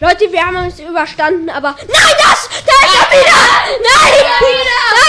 Leute, wir haben es überstanden, aber. Nein, das! Da ist er wieder! Nein! Wieder! Ah!